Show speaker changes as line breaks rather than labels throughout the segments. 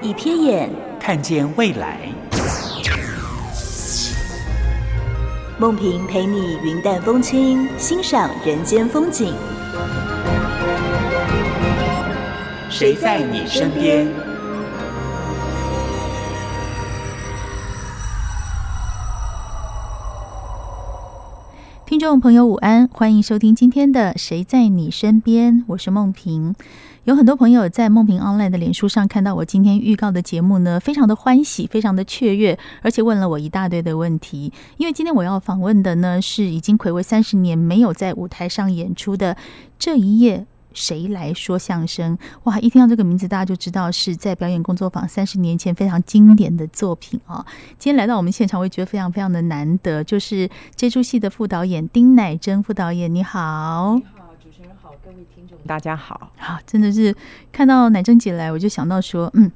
一瞥眼，
看见未来。
梦萍陪你云淡风轻，欣赏人间风景。
谁在你身边？
听众朋友，午安，欢迎收听今天的《谁在你身边》，我是梦萍。有很多朋友在梦萍 online 的脸书上看到我今天预告的节目呢，非常的欢喜，非常的雀跃，而且问了我一大堆的问题。因为今天我要访问的呢，是已经暌违三十年没有在舞台上演出的这一夜。谁来说相声？哇，一听到这个名字，大家就知道是在表演工作坊三十年前非常经典的作品哦。今天来到我们现场，我也觉得非常非常的难得，就是这出戏的副导演丁乃真副导演，你好。
大家好，
啊，真的是看到乃珍姐来，我就想到说，嗯，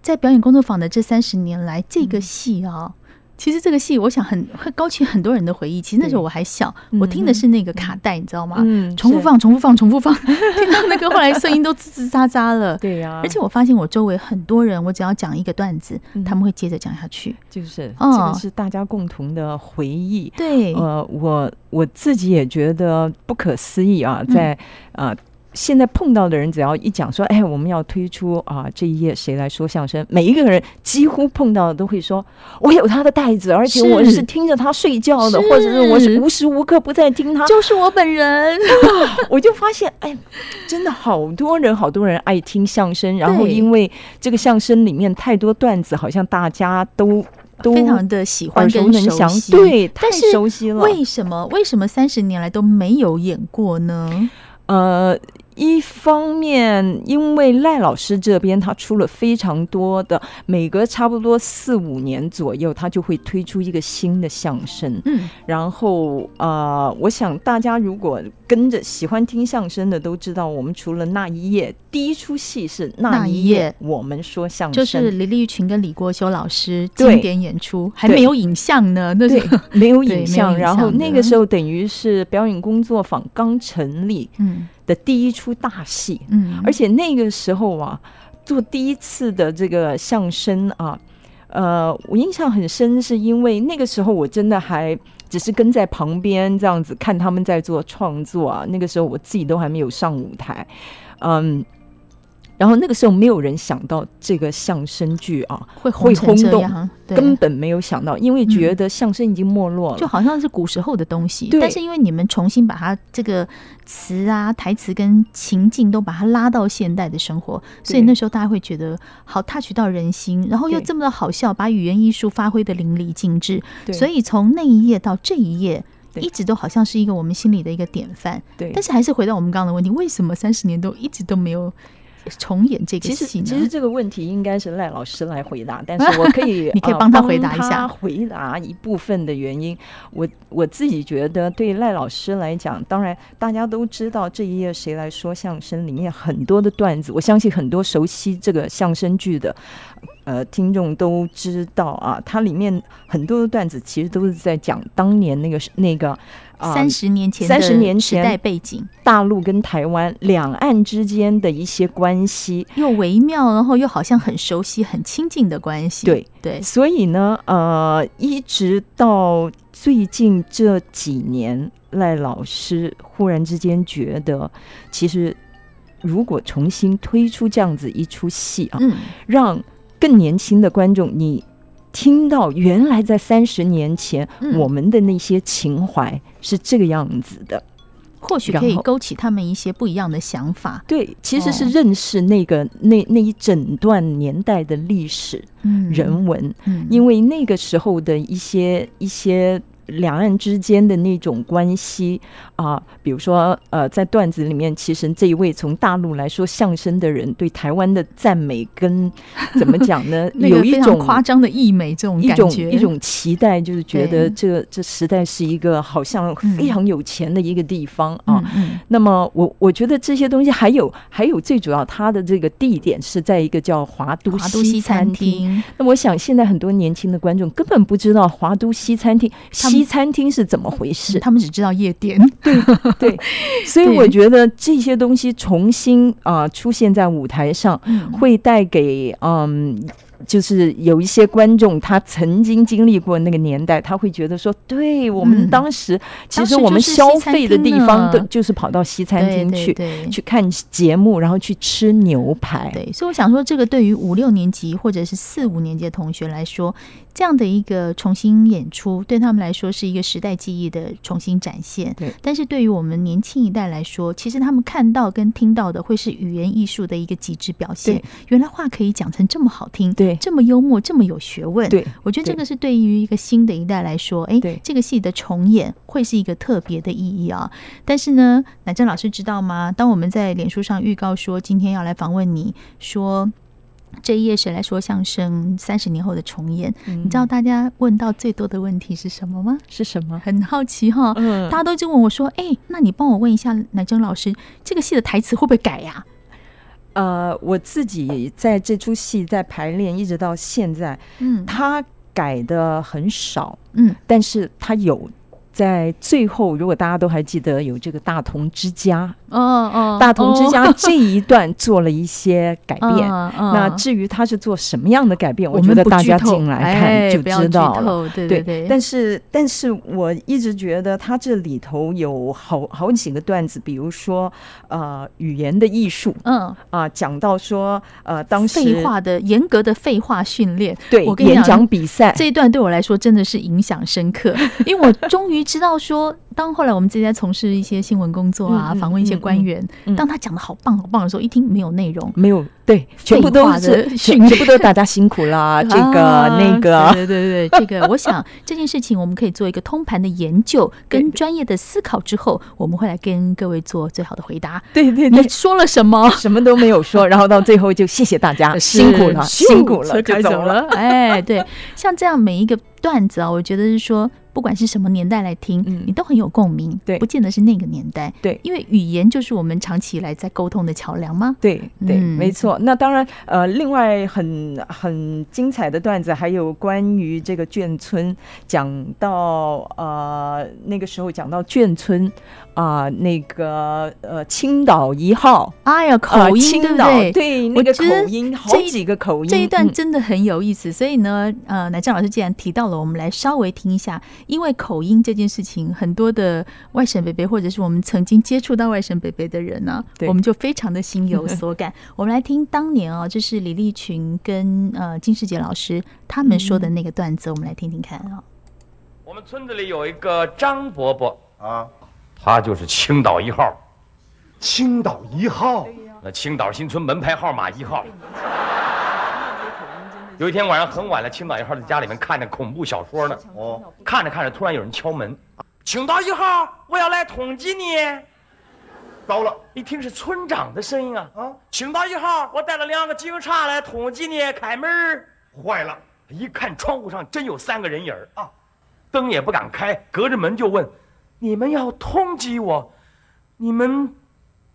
在表演工作坊的这三十年来，这个戏啊、
嗯
其实这个戏我想很会勾起很多人的回忆。其实那时候我还小，我听的是那个卡带，你知道吗？
嗯
重复，放，重复放，重 复放，听到那个后来声音都吱吱喳喳了。
对啊呀、
而且我发现我周围很多人，我只要讲一个段子，
嗯
他们会接着讲下去。
就是、
哦
这个是大家共同的回忆。
对，
呃，我我自己也觉得不可思议啊，在、呃现在碰到的人，只要一讲说，哎，我们要推出啊、这一页谁来说相声，每一个人几乎碰到的都会说，我有他的袋子，而且
是
我是听着他睡觉的，
是
或者是我是无时无刻不在听他。
就是我本人。
我就发现，哎，真的好多人，好多人爱听相声，然后
对
因为这个相声里面太多段子，好像大家都 都
非常的喜欢
耳熟
跟
能详
熟，悉，
对，太
但是
熟悉了。
为什么为什么三十年来都没有演过呢？
呃，一方面，因为赖老师这边他出了非常多的，每隔差不多四五年左右，他就会推出一个新的相声。
嗯，
然后呃，我想大家如果跟着喜欢听相声的都知道，我们除了那一夜，第一出戏是
那
那
一
一
夜
夜，我们说相
就
声
是李立群跟李国修老师
对
经典演出，还
对
没有影像呢，那
对
是
没 有
对没有
影像，
影
然后
像
那
的
个时候等于是表演工作坊刚成立
嗯
的第一出大戏，
嗯，
而
且
且那个时候啊，做第一次的这个相声啊，呃，我印象很深，是因为那个时候我真的还只是跟在旁边这样子看他们在做创作啊，那个时候我自己都还没有上舞台，嗯。然后那个时候没有人想到这个相声剧啊，
会
会
成
轰
这
动
样，对嗯
根本没有想到，因为觉得相声已经没落了。
就好像是古时候的东西，
对
但是因为你们重新把它这个词啊、台词跟情境都把它拉到现代的生活，所以那时候大家会觉得好 touch 到人心，然后又
对
这么的好笑，把语言艺术发挥的淋漓尽致。
对
所以从那一页到这一页。
对
一直都好像是一个我们心里的一个典范，
对，
但是还是回到我们刚刚的问题，为什么三十年都一直都没有重演这个
其实
戏呢？
其实这个问题应该是赖老师来回答，但是我可以
你可以
呃
帮他
他
回答一下
回答一部分的原因。我我自己觉得，对赖老师来讲，当然大家都知道这一页谁来说相声里面很多的段子，我相信很多熟悉这个相声剧的。呃，听众都知道啊，它里面很多的段子其实都是在讲当年那个那个啊、
三十年前的
30年
时
前
代背景
大陆跟台湾两岸之间的一些关系。
又微妙，然后又好像很熟悉、很亲近的关系。
对
对，
所以呢，呃，一直到最近这几年，赖老师忽然之间觉得，其实如果重新推出这样子一出戏啊，
嗯，
让更年轻的观众你。听到原来在三十年前、
嗯
我们的那些情怀是这个样子的，
或许
然
可以
后
勾起他们一些不一样的想法。
对，其实是
哦
认识那个、那那一整段年代的历史、
嗯，
人文，
嗯，？
因为那个时候的一些一些两岸之间的那种关系啊，比如说呃，在段子里面，其实这一位从大陆来说相声的人对台湾的赞美跟怎么讲呢
那
有
个
一
非常
种
夸张的溢美，这种
一
感
种
觉，
一种期待，就是觉得
对
这这实在是一个好像非常有钱的一个地方啊。
嗯嗯
那么我我觉得这些东西还有还有最主要，它的这个地点是在一个叫华都
华都西餐
餐厅。
厅，
那我想现在很多年轻的观众根本不知道华都西餐厅
他们
西餐厅是怎么回事，
嗯他们只知道夜店，
嗯对，所以
对
我觉得这些东西重新啊、出现在舞台上，会带给嗯。就是有一些观众，他曾经经历过那个年代，他会觉得说，对我们
嗯
当时，其
当时
实我们
就是西
消
餐
费的
厅
地
呢
方，都就是跑到西餐厅
对
去
对对
去看节目，然后去吃牛排。
对，所以我想说，这个对于五六年级或者是四五年级的同学来说，这样的一个重新演出，对他们来说是一个时代记忆的重新展现。
对，
但是对于我们年轻一代来说，其实他们看到跟听到的会是语言艺术的一个极致表现
对。
原来话可以讲成这么好听，
对
这么幽默，这么有学问。
对，
我觉得这
对
个是对于一个新的一代来说，哎
对，
这个戏的重演会是一个特别的意义啊。但是呢，乃珍老师知道吗？当我们在脸书上预告说今天要来访问你，说这一夜谁来说相声三十年后的重演，
嗯
你知道大家问到最多的问题是什么吗？
是什么？
很好奇哈、
嗯
大家都就问我说：“哎、那你帮我问一下乃珍老师，这个戏的台词会不会改呀、
呃，我自己在这出戏在排练一直到现在，
嗯
他改的很少，
嗯，
但是他有在最后，如果大家都还记得有这个大同之家，
哦哦，
大同之
哦
家这一段做了一些改变。
嗯嗯
那至于他是做什么样的改变，
我
觉
们
得
不
大
剧
家
透
进来
哎
看就
不要
知
剧
道了。
透对对对，
但是但是我一直觉得他这里头有好好几个段子，比如说呃语言的艺术
嗯，
啊、讲到说呃当时
废话的严格的废话训练，
对
我跟你
演
讲
讲。比赛
这一段对我来说真的是影响深刻， 因为我终于知道说，当后来我们自己在从事一些新闻工作啊，
嗯嗯
访问一些
嗯
官员，
嗯
当他讲的好棒好棒的时候，一听没有内容，
没有对，全部
废
都
话的
是
训
全
练
全部都大家辛苦 啦，这个
啊
那个，
对对对对，这个我想这件事情我们可以做一个通盘的研究，
对
跟
对
专业的思考之后，我们会来跟各位做最好的回答。
对 对
你
对，
说了什么？
什么都没 有说，然后到最后就谢谢大家，
是
辛苦了，
咻
辛苦了，
车开
就
走
走。
了。哎，对，像这样每一个段子啊，我觉得是说，不管是什么年代来听，
嗯
你都很有共鸣。
对
不见得是那个年代。
对
因为语言就是我们长期以来在沟通的桥梁吗？
对对，
嗯
没错。那当然，呃，另外很很精彩的段子，还有关于这个眷村，讲到呃那个时候讲到眷村啊、那个呃青岛一号
哎呀，
啊
口音、对
青
不
岛
对？
那个
我
口
觉得
音，好
这一
几个口音，
这一
嗯
段真的很有意思，所以呢，呃，乃正老师既然提到了，我们来稍微听一下，因为口音这件事情，很多的外省北北或者是我们曾经接触到外省北北的人呢、
对
我们就非常的心有所 感。我们来听当年哦，这是李立群跟呃金世杰老师他们说
嗯
的那个段子，我们来听听看啊、
我们村子里有一个张伯伯，
啊，
他就是青岛一号，
青岛一号，
那青岛新村门牌号码一号。 有一天晚上很晚了，青岛一号在家里面看着恐怖小说呢，
哦，
看着看着，突然有人敲门，青岛一号，我要来统计你。
糟了，
一听是村长的声音啊，
啊
青岛一号，我带了两个警察来统计你，开门儿。
坏了，
一看窗户上真有三个人影儿
啊，
灯也不敢开，隔着门就问：“你们要通缉我，你们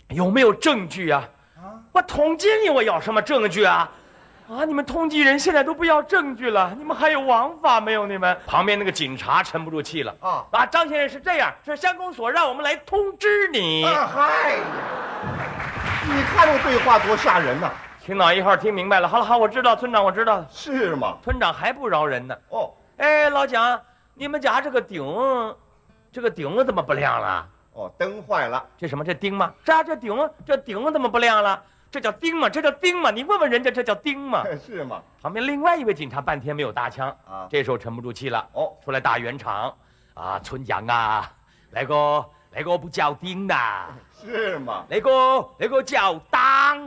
有没有证据啊？”我通缉你，我要什么证据啊？啊！你们通缉人现在都不要证据了，你们还有王法没有？你们旁边那个警察沉不住气了
啊
啊！张先生是这样，说乡公所让我们来通知你。
啊嗨呀，你看这个对话多吓人呐、
青岛一号听明白了，好了好，我知道村长，我知道了。
是吗？
村长还不饶人呢，
哦，
哎，老蒋，你们家这个顶，这个顶子怎么不亮了？
哦，灯坏了，
这什么？这钉吗？是啊，这顶，这顶怎么不亮了？这叫钉吗？这叫钉吗？你问问人家，这叫钉 吗？
是吗？
旁边另外一位警察半天没有搭腔
啊
这时候沉不住气了，
哦，
出来打圆场，啊，村长啊，那个那个不叫钉的，
是吗？
那个那个叫当。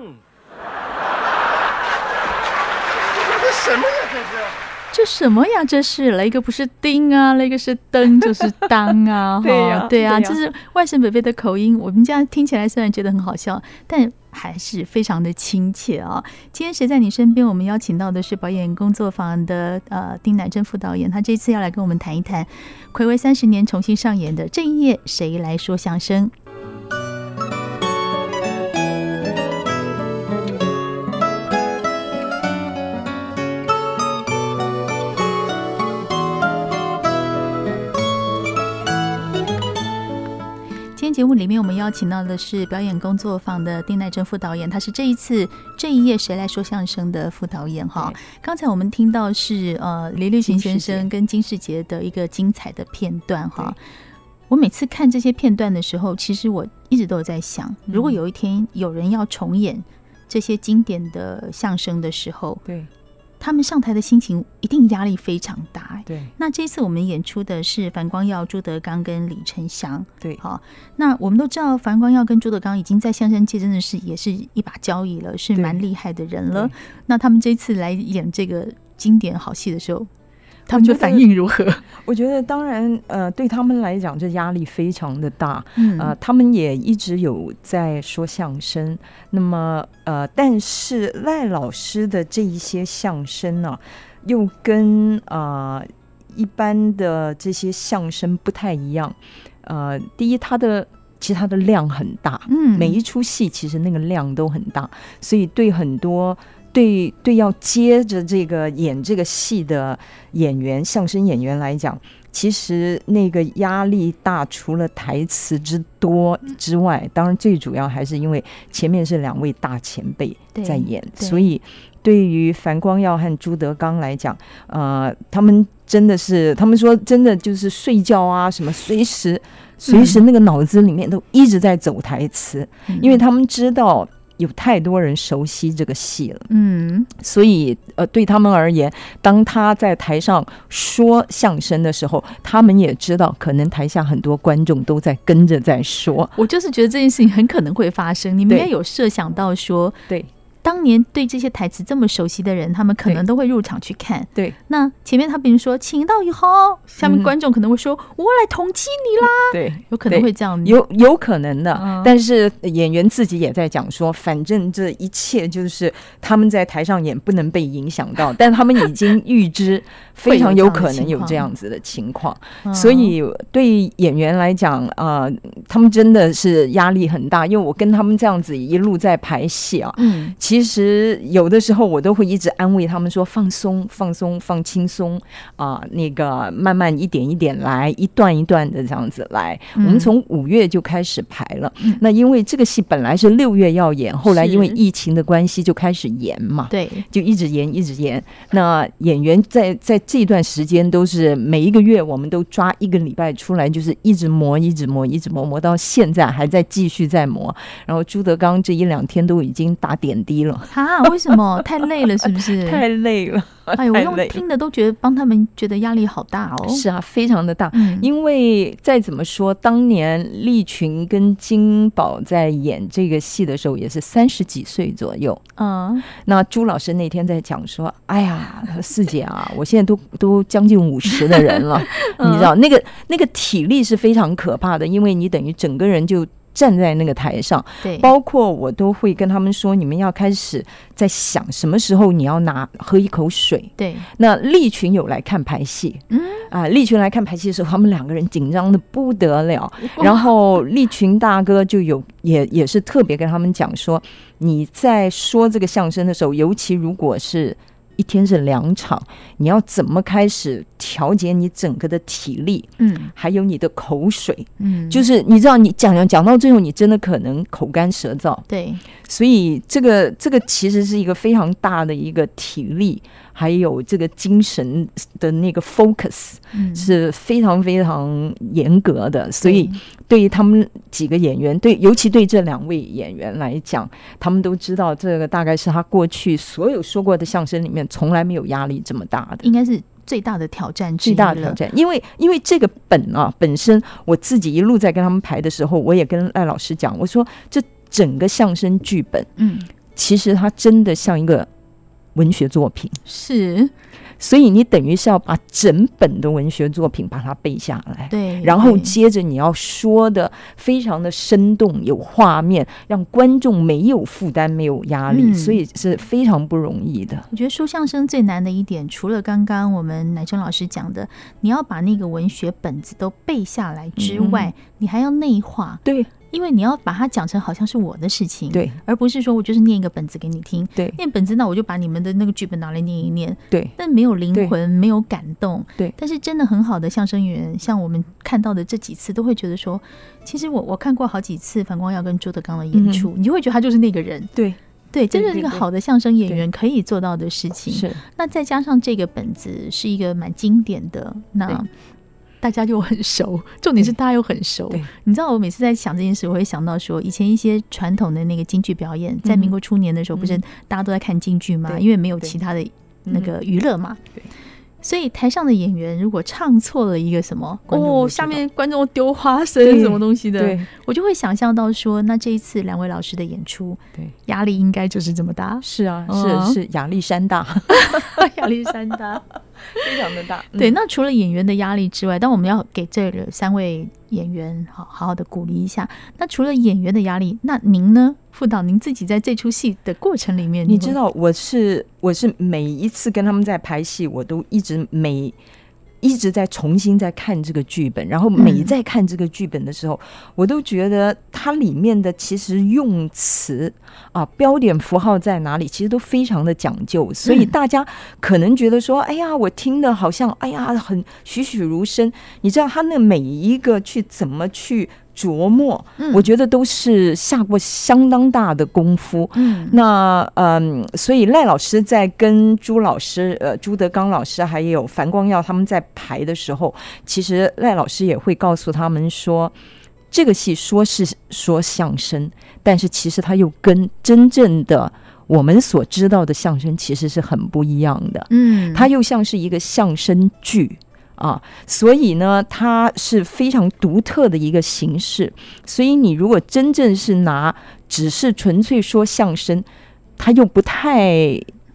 这什么呀？这是
这什么呀？这是来一个不是丁啊， 来一个是灯，就是当 啊，
对呀
哈对啊，
对呀
这是外省北北的口音。我们这样听起来虽然觉得很好笑，但还是非常的亲切啊。今天谁在你身边？我们邀请到的是表演工作坊的呃丁乃真副导演，他这次要来跟我们谈一谈暌违三十年重新上演的《这一夜谁来说相声》。今天节目里面，我们邀请到的是表演工作坊的丁乃真副导演，他是这一次这一夜谁来说相声的副导演哈
对。
刚才我们听到是呃李立群
金
先
世杰
生跟金世杰的一个精彩的片段哈。我每次看这些片段的时候，其实我一直都有在想，
嗯
如果有一天有人要重演这些经典的相声的时候，
对
他们上台的心情一定压力非常大、哎
对
那这次我们演出的是樊光耀、朱德刚跟李承祥。
对
好，那我们都知道樊光耀跟朱德刚已经在相声界真的是也是一把交椅了，是
对
蛮厉害的人了
对。
那他们这次来演这个经典好戏的时候，他们
觉
的
得
反应如 何？
我觉得当然，呃，对他们来讲，这压力非常的大。
嗯
呃，他们也一直有在说相声。那么，呃，但是赖老师的这一些相声呢、又跟呃一般的这些相声不太一样。呃，第一，他的其实他的量很大，
嗯
每一出戏其实那个量都很大，所以对很多对对要接着这个演这个戏的演员，相声演员来讲，其实那个压力大，除了台词之多
嗯
之外，当然最主要还是因为前面是两位大前辈
对
在演，
对
所以对于樊光耀和朱德刚来讲，呃，他们真的是，他们说真的就是睡觉啊什么，随时随时那个脑子里面都一直在走台词，
嗯
因为他们知道。有太多人熟悉这个戏了，
嗯
所以呃，对他们而言，当他在台上说相声的时候，他们也知道，可能台下很多观众都在跟着在说。
我就是觉得这件事情很可能会发生。你们
对
应该有设想到说，
对
当年对这些台词这么熟悉的人，他们可能
对
都会入场去看。
对，
那前面他比如说“请到以后”，下面
嗯
观众可能会说“我来同情你啦
对，”，
有可能
对
会这样。
有有可能的，
嗯
但是演员自己也在讲说，反正这一切就是他们在台上演不能被影响到， 但他们已经预 知非常有可能有这样子的情况，
嗯
所以对演员来讲，呃，他们真的是压力很大，因为我跟他们这样子一路在排戏啊，
嗯，
其实有的时候我都会一直安慰他们说放松、放松、放轻松啊、那个慢慢一点一点来，一段一段的这样子来。
嗯
我们从五月就开始排了，那因为这个戏本来是六月要演，后来因为
是
疫情的关系就开始延嘛。
对，
就一直延，一直延。那演员在在这段时间都是每一个月，我们都抓一个礼拜出来，就是一直磨，一直磨，一直磨，磨到现在还在继续在磨。然后朱德刚这一两天都已经打点滴了，
哈，为什么太累了？是不是？
太累了，
哎，我
太
用
累
听的都觉得帮他们觉得压力好大哦。
是啊，非常的大。
嗯，
因为再怎么说，当年利群跟金宝在演这个戏的时候，也是三十几岁左右。
嗯
那朱老师那天在讲说：“哎呀，四姐啊，我现在都都将近五十的人了，
嗯
你知道那个那个体力是非常可怕的，因为你等于整个人就站在那个台上。
对，
包括我都会跟他们说，你们要开始在想什么时候你要拿喝一口水。
对，
那利群有来看排戏，
嗯
啊，利群来看排戏的时候，他们两个人紧张的不得了。然后利群大哥就有也也是特别跟他们讲说，你在说这个相声的时候，尤其如果是一天是两场，你要怎么开始调节你整个的体力，
嗯
还有你的口水，
嗯，
就是你知道你讲讲讲到最后，你真的可能口干舌燥。
对，
所以这个这个其实是一个非常大的一个体力，还有这个精神的那个 focus
嗯
是非常非常严格的。所以对于他们几个演员，对尤其对这两位演员来讲，他们都知道这个大概是他过去所有说过的相声里面从来没有压力这么大的。
应该是最大的挑战之
巨
一
大的挑
了。
战，因为因为这个本啊本身，我自己一路在跟他们排的时候，我也跟赖老师讲，我说这整个相声剧本
嗯，
其实它真的像一个文学作品，
是，
所以你等于是要把整本的文学作品把它背下来。
对，
然后嗯
对
接着你要说的非常的生动，有画面，让观众没有负担、没有压力，
嗯
所以是非常不容易的。
我觉得说相声最难的一点，除了刚刚我们乃真老师讲的，你要把那个文学本子都背下来之外，
嗯
你还要内化，
对嗯
因为你要把它讲成好像是我的事情，，
对
而不是说我就是念一个本子给你听，
对
念本子那我就把你们的那个剧本拿来念一念，
对，
但没有灵魂，没有感动，
对
但是真的很好的相声演员，像我们看到的这几次，都会觉得说，其实我我看过好几次樊光耀跟朱德刚的演出，你就会觉得他就是那个人，
对，
对，这
嗯对
就是一个
对对
好的相声演员可以做到的事情，
是
那再加上这个本子是一个蛮经典的，那
对
大家又很熟， 重点是大家又很熟
对。
你知道我每次在想这件事，我会想到说，以前一些传统的那个京剧表演，在
嗯哼
民国初年的时候，不是
嗯
大家都在看京剧嘛，
对
因为没有
对
其他的那
嗯
个娱乐嘛
对。
所以台上的演员如果唱错了一个什么，
观众
哦，
会知
下
道
面观众丢花生
对
什么东西的
对，
我就会想象到说，那这一次两位老师的演出
对，，
压力应该就是这么大
是啊，
嗯
是是亚历山大，
压力山大。
非常的大。嗯
对，那除了演员的压力之外，但我们要给这三位演员好好好的鼓励一下。那除了演员的压力，那您呢，副导，您自己在这出戏的过程里面，
你
您
知道我是我是每一次跟他们在排戏，我都一直每一直在重新在看这个剧本，然后每
嗯
在看这个剧本的时候，我都觉得它里面的其实用词啊、标点符号在哪里，其实都非常的讲究，所以
嗯
大家可能觉得说，哎呀，我听的好像哎呀很栩栩如生，你知道他那每一个去怎么去。琢磨，
嗯
我觉得都是下过相当大的功夫。
嗯，
那嗯，所以赖老师在跟朱老师、呃朱德刚老师还有樊光耀他们在排的时候，其实赖老师也会告诉他们说，这个戏说是说相声，但是其实它又跟真正的我们所知道的相声其实是很不一样的。
嗯，
它又像是一个相声剧啊，所以呢，它是非常独特的一个形式。所以你如果真正是拿只是纯粹说相声，它又不太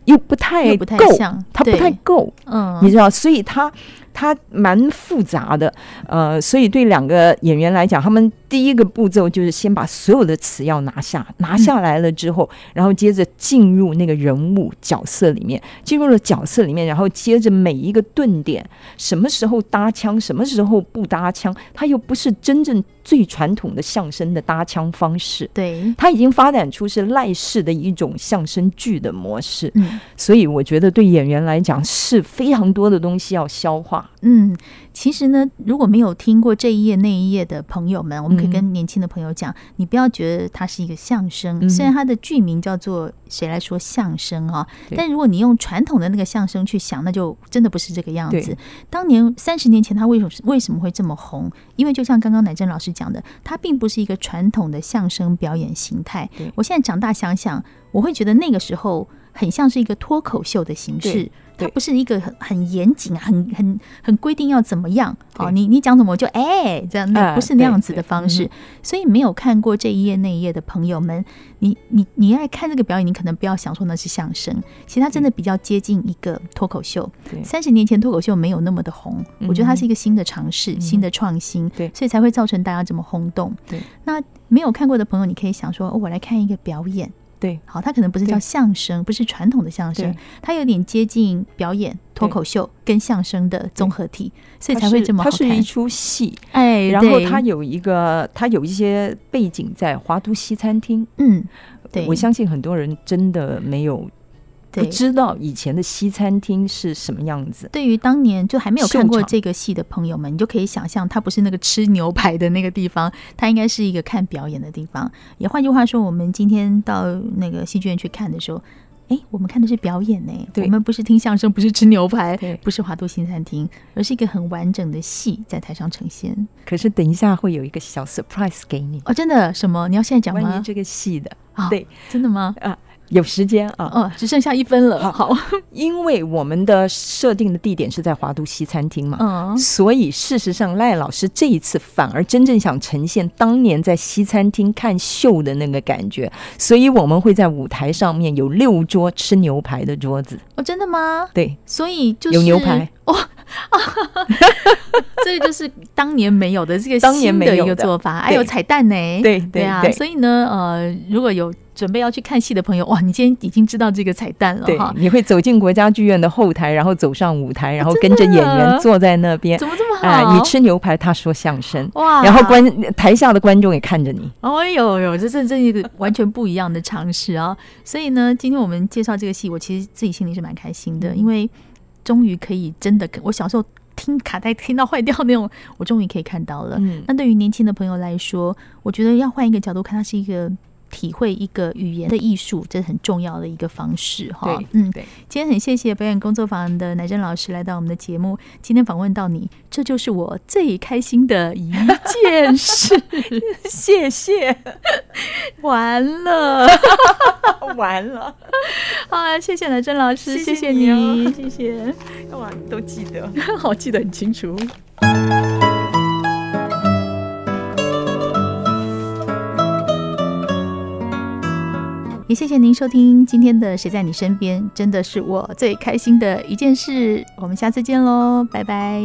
又不太
又
够
不太，像，
它不太
对
够，
嗯，
你知道，所以它它蛮复杂的。呃，所以对两个演员来讲，他们第一个步骤就是先把所有的词要拿下，拿下来了之后，然后接着进入那个人物角色里面，进入了角色里面，然后接着每一个顿点，什么时候搭腔，什么时候不搭腔，它又不是真正最传统的相声的搭腔方式。
对，
它已经发展出是赖式的一种相声剧的模式，
嗯
所以我觉得对演员来讲是非常多的东西要消化。
嗯，其实呢，如果没有听过这一页那一页的朋友们，我们可以
嗯
跟年轻的朋友讲，你不要觉得它是一个相声，
嗯
虽然它的剧名叫做“谁来说相声”啊，
对
但如果你用传统的那个相声去想，那就真的不是这个样子
对。
当年三十年前，它为什么为什么会这么红？因为就像刚刚乃真老师讲的，它并不是一个传统的相声表演形态
对。
我现在长大想想，我会觉得那个时候很像是一个脱口秀的形式
对。
它
对
不是一个很很严谨、啊很很很规定要怎么样哦，
对
你你讲什么我就哎、这样，那
哎
不是那样子
对
的
对嗯
方式。所以没有看过这一页那一页的朋友们，你你你爱看这个表演，你可能不要想说那是相声，其实它真的比较接近一个脱口秀。
嗯对
三十年前脱口秀没有那么的红，
嗯
我觉得它是一个新的尝试、
嗯
新的创新，
对
所以才会造成大家这么轰动。
对，
那没有看过的朋友，你可以想说，哦，我来看一个表演。
对，
好，它可能不是叫
对
相声，不是传统的相声
对，
它有点接近表演、脱口秀跟相声的综合体，所以才会这么好
它是它是一
看。
出戏，
哎，
然后
对
它有一个，它有一些背景在华都西餐厅。
嗯，对，
我相信很多人真的没有不
对
知道以前的西餐厅是什么样子。
对于当年就还没有看过
秀场
这个戏的朋友们，你就可以想象，它不是那个吃牛排的那个地方，它应该是一个看表演的地方。也换句话说，我们今天到那个戏剧院去看的时候，哎，我们看的是表演呢、
对
我们不是听相声，不是吃牛排
对，
不是华都新餐厅，而是一个很完整的戏在台上呈现。
可是等一下会有一个小 surprise 给你，
哦，真的什么？你要现在讲
关于
吗？
这个戏的。
啊
对，
真的吗？
啊，有时间啊，
哦，只剩下一分了。好，
因为我们的设定的地点是在华都西餐厅嘛，
嗯
所以事实上赖老师这一次反而真正想呈现当年在西餐厅看秀的那个感觉，所以我们会在舞台上面有六桌吃牛排的桌子，
哦，真的吗？
对，
所以就是
有牛排
哦， 啊这个就是当年没有的这个
当年
新
没有的
一个做法，还有
对
彩蛋呢。
对对
对啊
对，
所以呢，呃，如果有准备要去看戏的朋友，哇，你今天已经知道这个彩蛋了
对
嗯哈，。
你会走进国家剧院的后台，然后走上舞台，然后跟着演员坐在那边
怎，么这么好？
啊、你吃牛排，他说相声，
哇
然后观台下的观众也看着你。
哎呦呦，这这这一个完全不一样的尝试啊！ 所以呢，今天我们介绍这个戏，我其实自己心里是蛮开心
嗯
的，因为终于可以真的跟，我小时候听卡带听到坏掉那种， 我终于可以看到了。
嗯
那对于年轻的朋友来说，我觉得要换一个角度看，它是一个体会一个语言的艺术，这是很重要的一个方式哈。嗯，
对，
今天很谢谢表演工作坊的乃真老师来到我们的节目，今天访问到你，这就是我最开心的一件事。
谢谢，
完了。
完了，
好了，谢谢乃真老师，谢谢你，
谢 谢，哇，你都记得。
好记得很清楚。也谢谢您收听今天的《谁在你身边》，真的是我最开心的一件事。我们下次见喽，拜拜。